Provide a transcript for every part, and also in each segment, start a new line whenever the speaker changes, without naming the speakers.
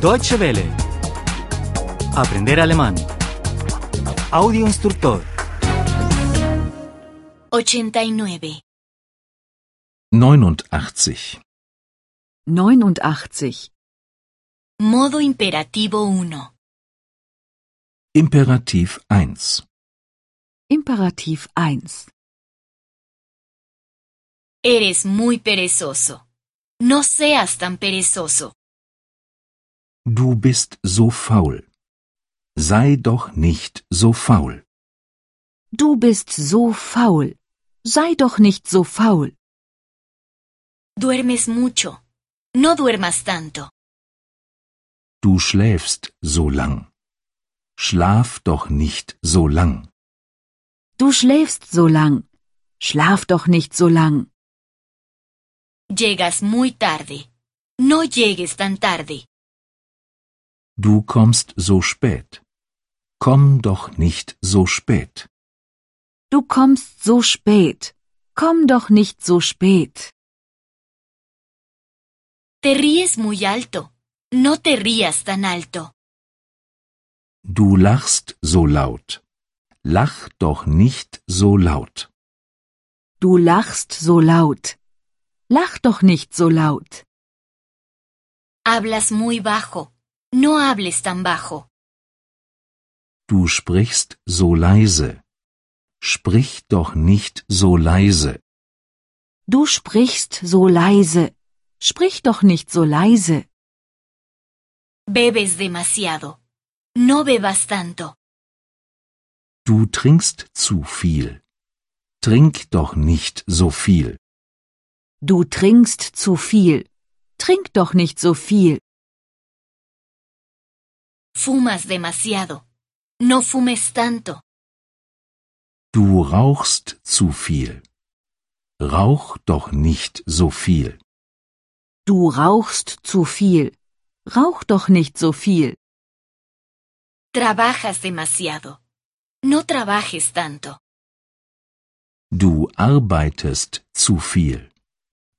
Deutsche Welle. Aprender alemán. Audio instructor.
89.
89.
89.
Modo imperativo 1.
Imperativ 1.
Imperativ 1.
Eres muy perezoso. No seas tan perezoso.
Du bist so faul. Sei doch nicht so faul.
Du bist so faul. Sei doch nicht so faul.
Duermes mucho. No duermas tanto.
Du schläfst so lang. Schlaf doch nicht so lang.
Du schläfst so lang. Schlaf doch nicht so lang.
Llegas muy tarde. No llegues tan tarde.
Du kommst so spät. Komm doch nicht so spät.
Du kommst so spät. Komm doch nicht so spät.
Te ríes muy alto. No te rías tan alto.
Du lachst so laut. Lach doch nicht so laut.
Du lachst so laut. Lach doch nicht so laut.
Hablas muy bajo. No hables tan bajo.
Du sprichst so leise. Sprich doch nicht so leise.
Du sprichst so leise. Sprich doch nicht so leise.
Bebes demasiado. No bebas tanto.
Du trinkst zu viel. Trink doch nicht so viel.
Du trinkst zu viel. Trink doch nicht so viel.
Fumas demasiado. No fumes tanto.
Du rauchst zu viel. Rauch doch nicht so viel.
Du rauchst zu viel. Rauch doch nicht so viel.
Trabajas demasiado. No trabajes tanto.
Du arbeitest zu viel.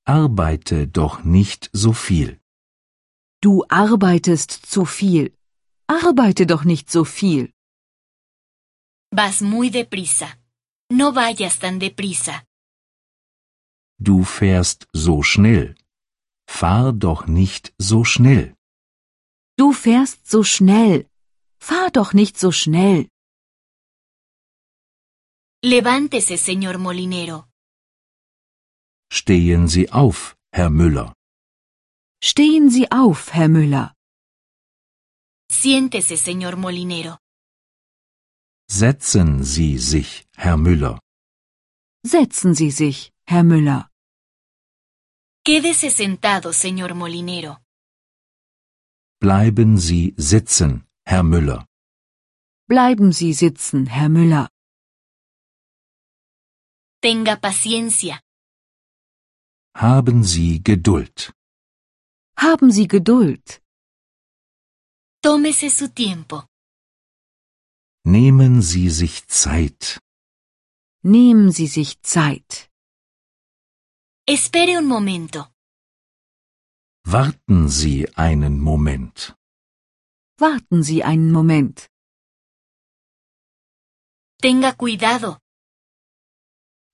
Arbeite doch nicht so viel.
Du arbeitest zu viel. Arbeite doch nicht so viel.
Vas muy deprisa. No vayas tan deprisa.
Du fährst so schnell. Fahr doch nicht so schnell.
Du fährst so schnell. Fahr doch nicht so schnell.
Levántese, señor molinero.
Stehen Sie auf, Herr Müller.
Stehen Sie auf, Herr Müller.
Siéntese, señor molinero.
Setzen Sie sich, Herr Müller.
Setzen Sie sich, Herr Müller.
Quédese sentado, señor molinero.
Bleiben Sie sitzen, Herr Müller.
Bleiben Sie sitzen, Herr Müller.
Tenga paciencia.
Haben Sie Geduld.
Haben Sie Geduld.
Tómese su tiempo.
Nehmen Sie sich Zeit.
Nehmen Sie sich Zeit.
Espere un momento.
Warten Sie einen Moment.
Warten Sie einen Moment.
Tenga cuidado.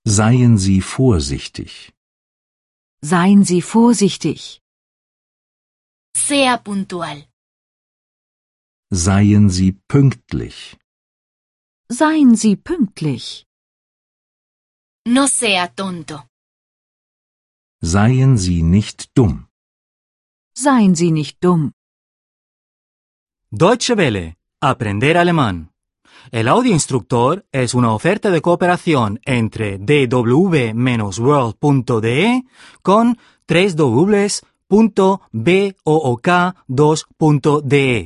Seien Sie vorsichtig.
Seien Sie vorsichtig.
Sea puntual.
Seien Sie pünktlich.
Seien Sie pünktlich.
No sea tonto.
Seien Sie nicht dumm.
Seien Sie nicht dumm.
Deutsche Welle. Aprender alemán. El audio instructor es una oferta de cooperación entre dw-world.de con 3 2de